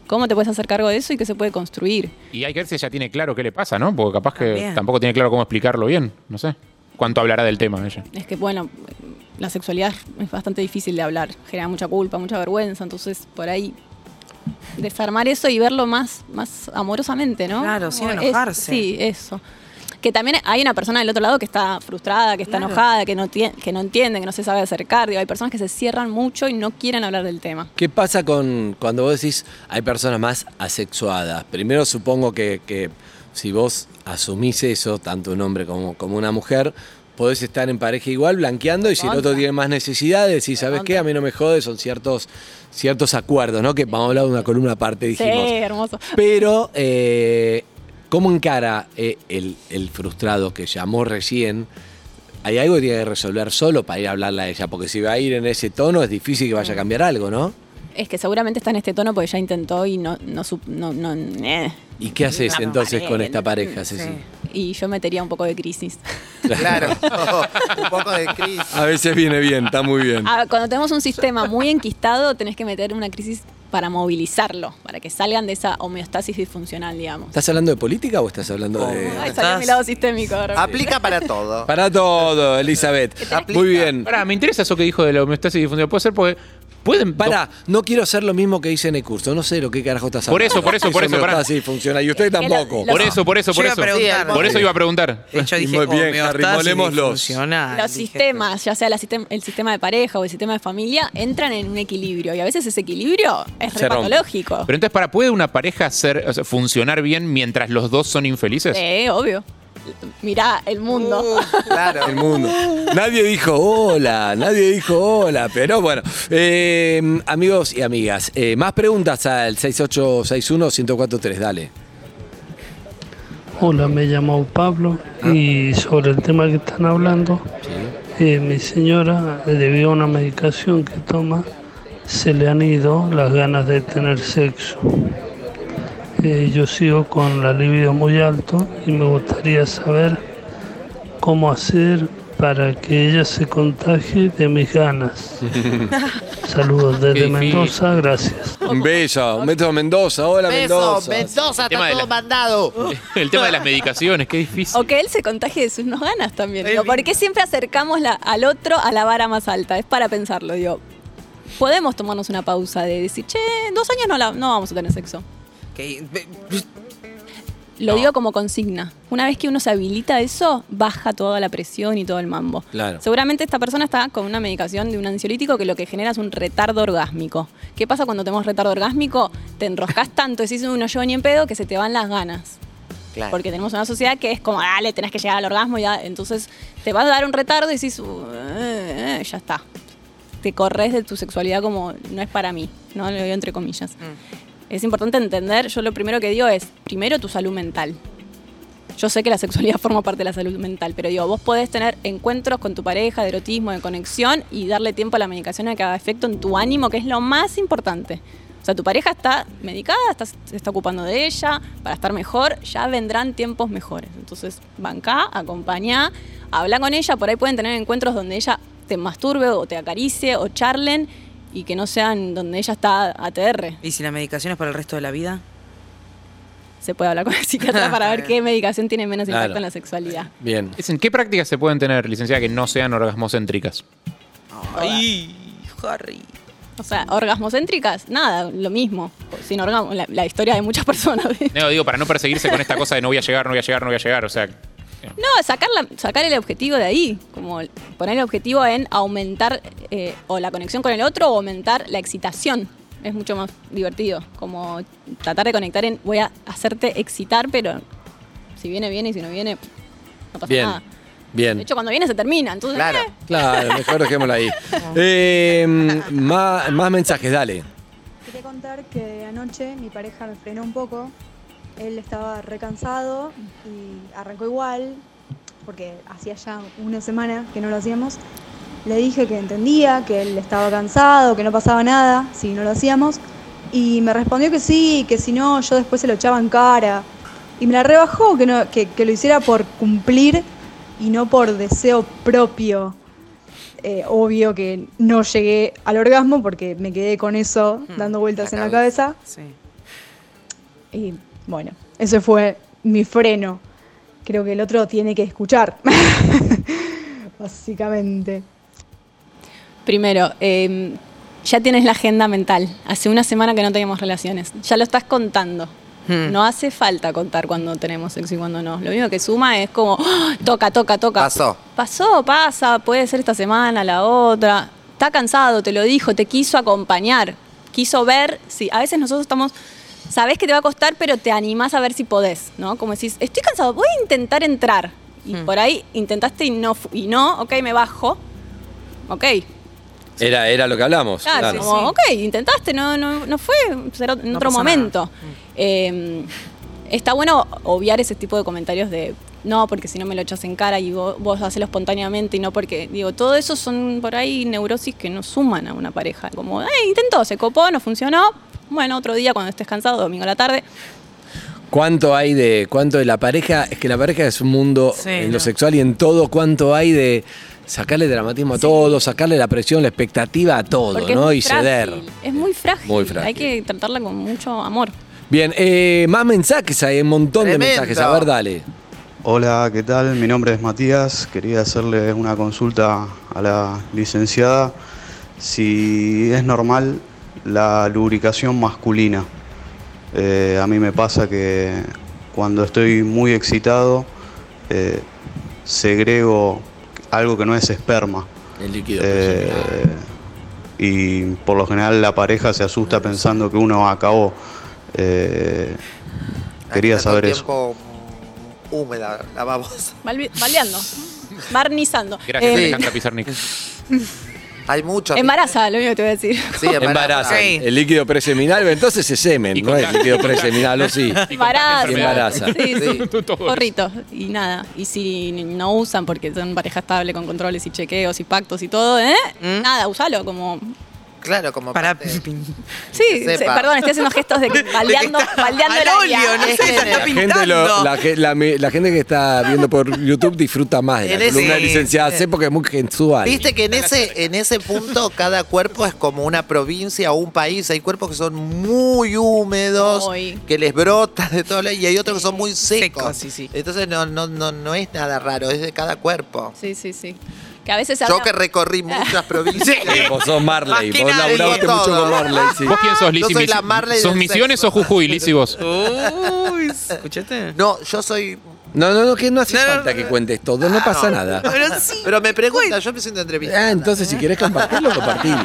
D: ¿Cómo te puedes hacer cargo de eso y qué se puede construir?
F: Y hay que ver si ella tiene claro qué le pasa, ¿no? Porque capaz que
C: También.
F: tampoco tiene claro cómo explicarlo bien. No sé. ¿Cuánto hablará del tema ella?
D: Es que, bueno, la sexualidad es bastante difícil de hablar, genera mucha culpa, mucha vergüenza, entonces por ahí desarmar eso y verlo más, más amorosamente, ¿no?
C: Claro, sin
D: Como es-
C: enojarse.
D: sí, eso. Que también hay una persona del otro lado que está frustrada, que está
C: Claro.
D: enojada, que no, tie- que no entiende, que no se sabe acercar. Digo, hay personas que se cierran mucho y no quieren hablar del tema.
B: ¿Qué pasa con cuando vos decís hay personas más asexuadas? Primero supongo que, que si vos asumís eso, tanto un hombre como, como una mujer, podés estar en pareja igual, blanqueando, y si el otro
D: Contra.
B: tiene más necesidades, y sabes qué, a mí no me jode, son ciertos, ciertos acuerdos, ¿no? Que vamos a hablar de una columna aparte, dijimos.
D: Sí, hermoso.
B: Pero, eh, ¿cómo encara eh, el, el frustrado que llamó recién? Hay algo que tiene que resolver solo para ir a hablarle a ella, porque si va a ir en ese tono es difícil que
D: Mm.
B: vaya a cambiar algo, ¿no?
D: Es que seguramente está en este tono porque ya intentó y no... no, sup- no, no- eh.
B: ¿Y qué haces
D: Una
B: entonces con
D: pared,
B: esta pareja,
C: Sí.
B: Ceci?
D: Y yo metería un poco de crisis.
E: Claro, un poco de crisis.
B: A veces viene bien, está muy bien.
D: Ah, cuando tenemos un sistema muy enquistado, tenés que meter una crisis para movilizarlo, para que salgan de esa homeostasis disfuncional, digamos.
B: ¿Estás hablando de política o estás hablando
D: Ay,
B: de...?
C: ¿Estás?
D: salió mi lado sistémico. de repente.
E: Aplica para todo.
B: Para todo, Elizabeth.
E: Aplica.
B: Muy bien.
F: Ahora, me interesa eso que dijo de la homeostasis difundida. Puede ser porque Pueden.
B: Para, no quiero hacer lo mismo que hice en el curso. No sé lo que carajo estás hablando.
F: Por eso, por eso, por eso,
B: no
F: pará.
B: está así, funciona. Y usted tampoco.
F: Por eso, por eso,
C: Yo
F: por
C: iba a
F: eso.
C: preguntar.
F: Por eso iba a preguntar.
C: De hecho,
B: Y
C: dije, "Oh,
B: muy bien,
C: homeostasis
B: Harry, molémoslos.
C: disfuncional,
D: Los
C: dije.
D: sistemas, ya sea la sistem- el sistema de pareja o el sistema de familia, entran en un equilibrio y a veces ese equilibrio es
B: Se rompe.
D: repatológico.
F: Pero entonces, para, ¿puede una pareja ser, o sea, funcionar bien mientras los dos son infelices?
D: Eh, obvio. Mirá el mundo.
E: Claro.
B: El mundo. Nadie dijo hola, nadie dijo hola, pero bueno. Eh, amigos y amigas, eh, más preguntas al 6861-1043, dale.
H: Hola, me llamo Pablo
F: Ah.
H: y sobre el tema que están hablando, eh, mi señora, eh, debido a una medicación que toma, se le han ido las ganas de tener sexo. Eh, yo sigo con la libido muy alto y me gustaría saber cómo hacer para que ella se contagie de mis ganas. Saludos
F: Qué
H: desde
F: difícil.
H: Mendoza, gracias.
B: Un beso, un beso a Mendoza, hola
E: Beso,
B: Mendoza.
E: Mendoza, está
F: Tema de
E: todo
F: la-
E: mandado.
F: El tema de las medicaciones, qué difícil.
D: O que él se contagie de sus no ganas también. Digo, ¿Por qué siempre acercamos la- al otro a la vara más alta? Es para pensarlo, digo. Podemos tomarnos una pausa de decir, che, en dos años no, la- no vamos a tener sexo.
C: Que-
D: Lo digo como consigna. Una vez que uno se habilita a eso, baja toda la presión y todo el mambo.
B: Claro.
D: Seguramente esta persona está con una medicación de un ansiolítico que lo que genera es un retardo orgásmico. ¿Qué pasa cuando tenemos retardo orgásmico? Te enroscas tanto, decís uno yo ni en pedo, que se te van las ganas. Porque tenemos una sociedad que es como, dale, tenés que llegar al orgasmo, y ya. Entonces te vas a dar un retardo y decís, "Uh, eh, eh", ya está. Te corres de tu sexualidad como, no es para mí, ¿no? Lo digo entre comillas. Es importante entender, yo lo primero que digo es, primero tu salud mental. Yo sé que la sexualidad forma parte de la salud mental, pero digo, vos podés tener encuentros con tu pareja, de erotismo, de conexión y darle tiempo a la medicación a que haga efecto en tu ánimo, que es lo más importante. O sea, tu pareja está medicada, está- se está ocupando de ella, para estar mejor, ya vendrán tiempos mejores. Entonces, bancá, acompañá, habla con ella, por ahí pueden tener encuentros donde ella te masturbe o te acaricie o charlen y que no sean donde ella está ATR.
C: ¿Y si la medicación es para el resto de la vida?
D: Se puede hablar con el psiquiatra para ver qué medicación tiene menos impacto
B: Claro.
D: en la sexualidad.
B: Bien.
F: Dicen, ¿Qué prácticas se pueden tener, licenciada, que no sean orgasmocéntricas?
C: Ay, Harry.
D: O sea, orgasmocéntricas, nada, lo mismo. Sin orgasmo, la, la historia de muchas personas.
F: No, digo, para no perseguirse con esta cosa de no voy a llegar, no voy a llegar, no voy a llegar. O sea,
D: No, sacar, la- sacar el objetivo de ahí, como poner el objetivo en aumentar eh, o la conexión con el otro o aumentar la excitación. Es mucho más divertido, como tratar de conectar en voy a hacerte excitar, pero si viene, viene y si no viene, no pasa
B: Bien.
D: nada.
B: Bien.
D: Ah. De hecho, cuando viene se termina, entonces...
E: Claro.
D: eh,
B: Claro, mejor dejémoslo ahí. Eh, más, más mensajes, dale.
I: Quería contar que anoche mi pareja me frenó un poco. Él estaba recansado y arrancó igual, porque hacía ya una semana que no lo hacíamos. Le dije que entendía, que él estaba cansado, que no pasaba nada si no lo hacíamos. Y me respondió que sí, que si no, yo después se lo echaba en cara. Y me la rebajó, que, no, que, que lo hiciera por cumplir y no por deseo propio. Eh, obvio que no llegué al orgasmo porque me quedé con eso
C: Hmm,
I: dando vueltas
E: la
I: en la cabeza.
C: Sí.
I: Y bueno, ese fue mi freno. Creo que el otro tiene que escuchar. Básicamente.
D: Primero, eh, ya tienes la agenda mental. Hace una semana que no teníamos relaciones. Ya lo estás contando.
C: Hmm.
D: No hace falta contar cuando tenemos sexo y cuando no. Lo único que suma es como, ¡Ah! toca, toca, toca.
E: Pasó.
D: Pasó, pasa, puede ser esta semana, la otra. Está cansado, te lo dijo, te quiso acompañar, quiso ver. si a veces nosotros estamos, sabes que te va a costar, pero te animás a ver si podés, ¿no? Como decís, estoy cansado, voy a intentar entrar. Y por ahí intentaste y no, fu- y no, ok, me bajo. Ok,
B: Era, era lo que hablamos.
D: Claro,
B: claro.
D: como, ok, intentaste, no, no, no fue, será en
C: No
D: otro
C: pasa
D: momento.
C: nada.
D: Eh, está bueno obviar ese tipo de comentarios de no, porque si no me lo echas en cara y vos, vos hacelo espontáneamente y no porque, digo, todo eso son por ahí neurosis que no suman a una pareja. Como, eh, intentó, se copó, no funcionó. Bueno, otro día cuando estés cansado, domingo a la tarde.
B: ¿Cuánto hay de cuánto de la pareja? Es que la pareja es un mundo
C: Sí,
B: en lo
C: no.
B: sexual y en todo. ¿Cuánto hay de sacarle dramatismo a todo, sacarle la presión, la expectativa a todo,
D: Porque
B: ¿no?
D: es muy
B: Y ceder.
D: frágil, Es muy frágil.
B: Muy frágil.
D: Hay que tratarla con mucho amor.
B: Bien, eh, más mensajes, hay un montón de
E: Tremendo.
B: mensajes. A ver, dale.
J: Hola, ¿qué tal? Mi nombre es Matías. Quería hacerle una consulta a la licenciada. si es normal la lubricación masculina. Eh, a mí me pasa que cuando estoy muy excitado, eh, segrego algo que no es esperma.
B: El líquido.
J: Eh, y por lo general la pareja se asusta pensando que uno acabó. Eh, quería
E: Está todo el
J: saber eso.
E: tiempo húmeda la babosa.
D: Balbi- Baldeando. Barnizando.
F: Gracias,
D: Eh,
F: Alejandra Pizarnik.
E: Hay mucho.
D: embaraza, lo único que te voy a decir.
E: Sí, embaraza.
B: Embarazan.
C: Sí.
B: El líquido preseminal, entonces es semen,
F: Y
B: no es
F: contagio.
B: líquido preseminal, o sí.
D: Embaraza.
B: Y embaraza.
D: Sí, sí.
F: Todo
D: Porritos y nada. Y si no usan porque son pareja estable con controles y chequeos y pactos y todo, ¿eh?
C: ¿Mm?
D: Nada, usalo como.
E: Claro, como.
C: Para.
E: parte-
D: Sí,
E: Que
D: se-
E: sepa.
D: perdón, estoy haciendo gestos de que- baldeando, baldeando
C: Al
D: el área.
C: óleo, no sé,
E: Es
C: se
E: que
C: está
E: la
B: La gente, lo-
C: pintando.
B: la, ge- la me- la gente que está viendo por YouTube disfruta más de
E: En
B: la
E: ese-
B: columna de licenciada C porque es muy sensual.
E: Viste que en ese, en ese punto cada cuerpo es como una provincia o un país. Hay cuerpos que son muy húmedos,
D: Ay.
E: que les brota de todo lado, y hay otros que son muy secos.
C: Secos, sí, sí.
E: Entonces no, no, no, no es nada raro, es de cada cuerpo.
D: Sí, sí, sí. Que a veces se
E: Yo
D: habla-
E: que recorrí muchas provincias.
B: Vos sos Marley,
C: Más que
B: vos
C: nada,
B: laburaste
E: digo
B: mucho
E: todo.
B: con Marley, sí.
F: ¿Vos quién sos, Liz?
E: Yo
F: y
E: soy
F: Mis-
E: la Marley
F: ¿Sos
E: del
F: Misiones
E: sexo.
F: o Jujuy, Liz y vos?
C: Uy, escuchate.
E: No, yo soy. Ah,
B: No, no, no, que no hace
C: No, no,
B: falta
C: no.
B: que cuentes todo, no pasa nada.
C: Pero sí.
E: Pero me pregunta, yo me siento entrevistada.
B: Ah, entonces si querés compartirlo, compartilo.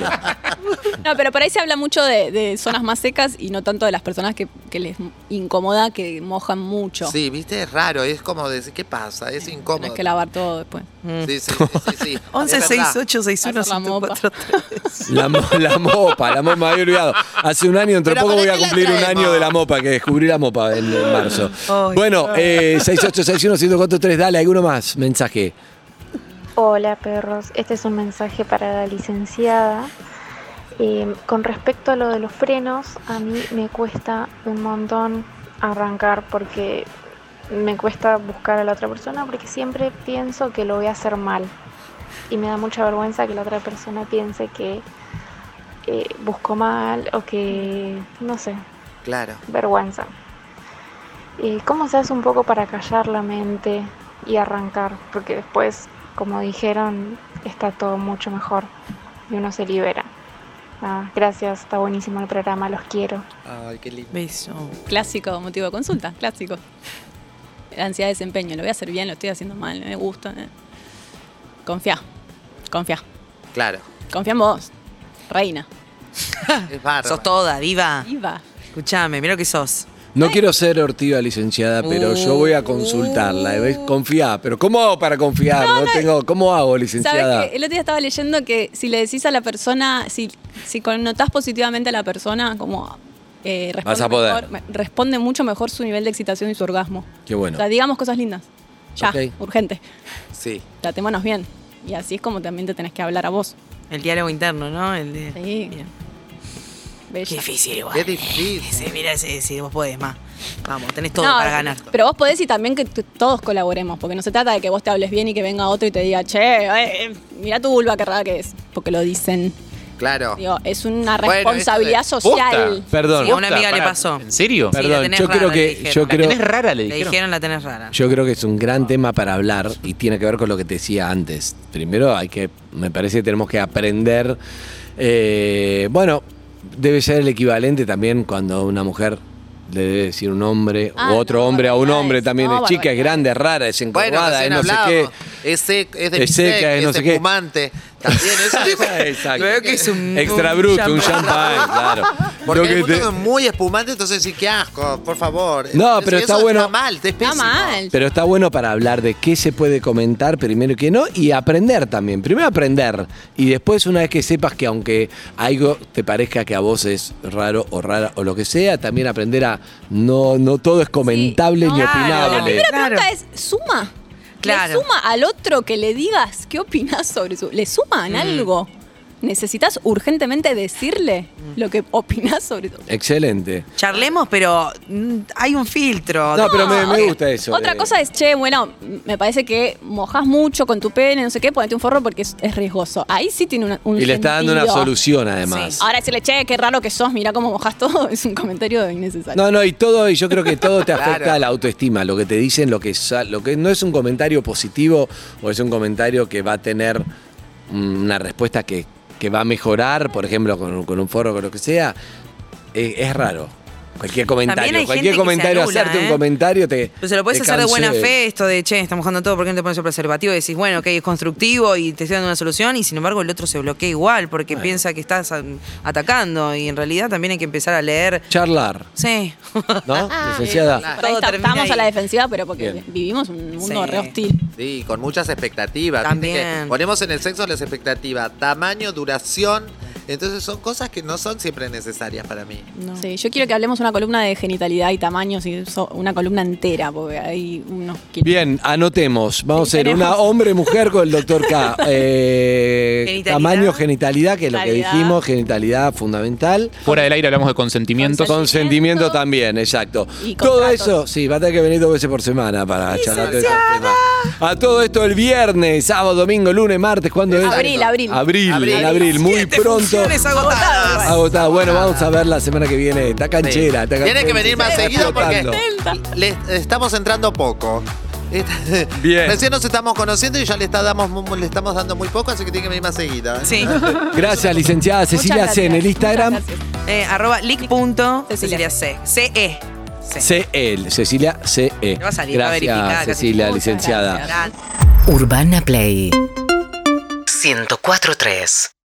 D: No, pero por ahí se habla mucho de, de zonas más secas y no tanto de las personas que, que les incomoda que mojan mucho.
E: Sí, viste, es raro, es como decir, ¿qué pasa? Es incómodo.
D: Tienes que lavar todo después.
E: Sí, sí, sí, sí, sí. Es verdad.
C: 116861
D: Hacer la mopa.
C: 743.
B: La, mo- la mopa, la mopa, me había olvidado. Hace un año, entre
E: Pero
B: poco
E: ¿para
B: voy a
E: qué la
B: cumplir un
E: traemos?
B: año de la mopa, que descubrí la mopa en, en marzo.
C: Ay,
B: bueno, eh, 6861-1043, dale, alguno más, mensaje.
K: Hola perros, este es un mensaje para la licenciada. Eh, con respecto a lo de los frenos, a mí me cuesta un montón arrancar porque me cuesta buscar a la otra persona porque siempre pienso que lo voy a hacer mal y me da mucha vergüenza que la otra persona piense que eh, busco mal o que, no sé,
E: Claro.
K: vergüenza. Eh, ¿Cómo se hace un poco para callar la mente y arrancar? Porque después, como dijeron, está todo mucho mejor y uno se libera. Nada, gracias, está buenísimo el programa, los quiero.
E: Ay, qué lindo.
C: Beso.
D: Clásico motivo de consulta, clásico. La ansiedad de desempeño, lo voy a hacer bien, lo estoy haciendo mal, no me gusta. eh. Confía, confía,
E: Claro.
D: confía en vos, reina,
E: Es bárbaro.
C: Ah. Sos toda, diva.
D: viva.
C: Escuchame, mira lo que sos.
B: No quiero ser ortiva licenciada, pero yo voy a consultarla.
D: Mm.
B: ¿ves? Confiá, pero ¿cómo hago para confiar? No, tengo, ¿Cómo hago, licenciada?
D: ¿Sabes que El otro día estaba leyendo que si le decís a la persona, si, si connotás positivamente a la persona, como eh, responde,
B: Vas a poder.
D: mejor- me- responde mucho mejor su nivel de excitación y su orgasmo.
B: Qué bueno.
D: O sea, digamos cosas lindas. Ya,
B: Ok.
D: urgente.
E: Sí.
D: Tratémonos bien. Y así es como también te tenés que hablar a vos.
C: El diálogo interno, ¿no? El de-
D: Sí.
C: Bien. Qué
D: Bella.
C: difícil igual.
E: Qué difícil.
C: Ese, mira, ese, ese, vos podés, más. Vamos, tenés todo
D: No,
C: para ganar.
D: Pero vos podés y también que t- todos colaboremos, porque no se trata de que vos te hables bien y que venga otro y te diga, che, eh, eh, mira tu vulva, qué rara que es. Porque lo dicen.
E: Claro.
D: Digo, es una
E: Bueno,
D: responsabilidad
E: esto
D: social.
F: Posta.
B: Perdón.
C: Sí, a una
F: Posta,
C: amiga le
F: pará,
C: pasó.
F: ¿En serio?
C: Sí, la
B: Perdón,
C: tenés
B: yo
C: rara,
B: creo
C: le
B: que
C: dijeron.
B: yo
C: La
B: creo
F: tenés rara, le
C: Le
F: dijeron.
C: dijeron la tenés rara.
B: Yo creo que es un gran tema para hablar y tiene que ver con lo que te decía antes. Primero hay que, me parece que tenemos que aprender, eh, bueno, debe ser el equivalente también cuando una mujer le debe decir un hombre
D: Ah,
B: o otro
D: no,
B: hombre a un
D: barbaridades.
B: hombre también,
D: No,
B: es chica, es
D: barbaridades.
B: grande, es rara, es
E: Bueno,
B: encorvada, es
E: recién
B: no sé
E: hablábamos.
B: qué.
E: Es, sec- es de
B: Es seca,
E: Misec,
B: es no sé qué.
E: espumante. También es
B: Exacto.
C: Veo que es un.
B: Extra
C: un
B: bruto, un
C: champán.
B: champán, claro.
E: Porque
B: Lo
E: hay
B: que
E: muchos
B: te-
E: que es muy espumante, entonces sí, qué asco, por favor.
B: No,
E: Es-
B: pero
E: eso
B: está bueno.
E: Está mal, es
D: Está
E: pésimo.
D: mal.
B: Pero está bueno para hablar de qué se puede comentar primero y qué no y aprender también. Primero aprender y después una vez que sepas que aunque algo te parezca que a vos es raro o rara o lo que sea, también aprender a no no todo es comentable
D: Sí,
B: ni
D: no.
C: Claro.
D: La
B: opinable.
D: primera
C: Claro.
D: pregunta es, ¿suma?
C: Claro.
D: ¿Le suma al otro que le digas qué opinás sobre su... ¿Le
C: Mm.
D: suman algo? ¿Necesitas urgentemente decirle lo que opinás sobre su...
B: Excelente.
C: Charlemos, pero mm, hay un filtro.
B: No, pero me, me
C: eh,
D: ok.
B: gusta eso. eh.
D: Otra
B: de-
D: cosa es, che, bueno, me parece que mojás mucho con tu pene, no sé qué, ponete un forro porque es, es riesgoso. Ahí sí tiene una- un
B: Y le está dando una
D: sentido.
B: solución además.
D: Ahora decirle, che, qué raro que sos, mirá cómo mojás todo, es un comentario innecesario.
B: No, no, y todo, y yo creo que todo te afecta
E: Claro.
B: a la autoestima, lo que te dicen, lo que, sa- lo que no es un comentario positivo o es un comentario que va a tener mm, una respuesta que que va a mejorar, por ejemplo, con, un- con un foro, con lo que sea, eh, es, raro. Cualquier comentario,
C: hay gente
B: cualquier
C: que se
B: comentario,
C: anula,
B: hacerte
C: ¿eh?
B: un comentario te.
C: Pero se lo puedes
B: te
C: hacer de buena
B: cancela.
C: fe esto de, che, estamos jugando todo, ¿por qué no te pones el preservativo? Y decís, bueno, ok, es constructivo y te estoy dando una solución y sin embargo el otro se bloquea igual porque piensa que estás ah, atacando y en realidad también hay que empezar a leer.
B: Charlar,
C: Sí. Ah,
B: ¿no? Licenciada.
D: Por ahí
C: Todo
D: está-
C: termina
D: estamos
C: ahí.
D: a la defensiva, pero porque
B: Bien.
D: vivimos un mundo
C: Sí.
D: re hostil.
E: Sí, con muchas expectativas. Viste
C: También.
E: que ponemos en el sexo las expectativas, tamaño, duración. Entonces son cosas que no son siempre necesarias para mí.
C: No.
D: Sí, yo quiero que hablemos una columna de genitalidad y tamaños y eso, una columna entera, porque hay unos kilos.
B: Bien, anotemos. Vamos a
D: Sí,
B: hacer una
D: tenemos.
B: hombre-mujer con el doctor K. Eh,
C: Genitalidad.
B: Tamaño, genitalidad, que es lo que
D: Genitalidad.
B: dijimos, genitalidad fundamental.
F: Fuera del aire hablamos de consentimiento.
D: Consentimiento.
B: Consentimiento también, exacto.
D: Y
B: Todo
D: contratos.
B: eso, sí, va a tener que venir dos veces por semana para charlar de esos temas. A todo esto el viernes, sábado, domingo, lunes, martes, ¿cuándo es?
D: Abril, abril.
B: Abril,
E: Abril.
B: en abril, muy
C: Siete
B: pronto.
C: funciones agotadas.
B: Agotada. Bueno, vamos a ver la semana que viene. Está canchera. está
E: Tiene que
B: canchera.
E: venir más
B: Está
E: seguido porque
B: explotando.
E: le estamos entrando poco.
B: Bien.
E: Recién nos estamos conociendo y ya le, está- damos mu- le estamos dando muy poco, así que tiene que venir más seguido. ¿eh?
C: Sí.
B: Gracias, licenciada Cecilia
D: Muchas
B: C. En el
D: gracias.
B: Instagram.
D: Muchas gracias.
C: Eh, arroba lic punto Cecilia
D: Cecilia
C: C. E. C-E. C.
B: CL, E Cecilia CE.
C: Le va a salir, va a verificar,
B: Gracias,
C: casi.
B: Cecilia,
D: Muchas
B: licenciada.
D: gracias.
C: Gracias.
L: Urbana Play 1043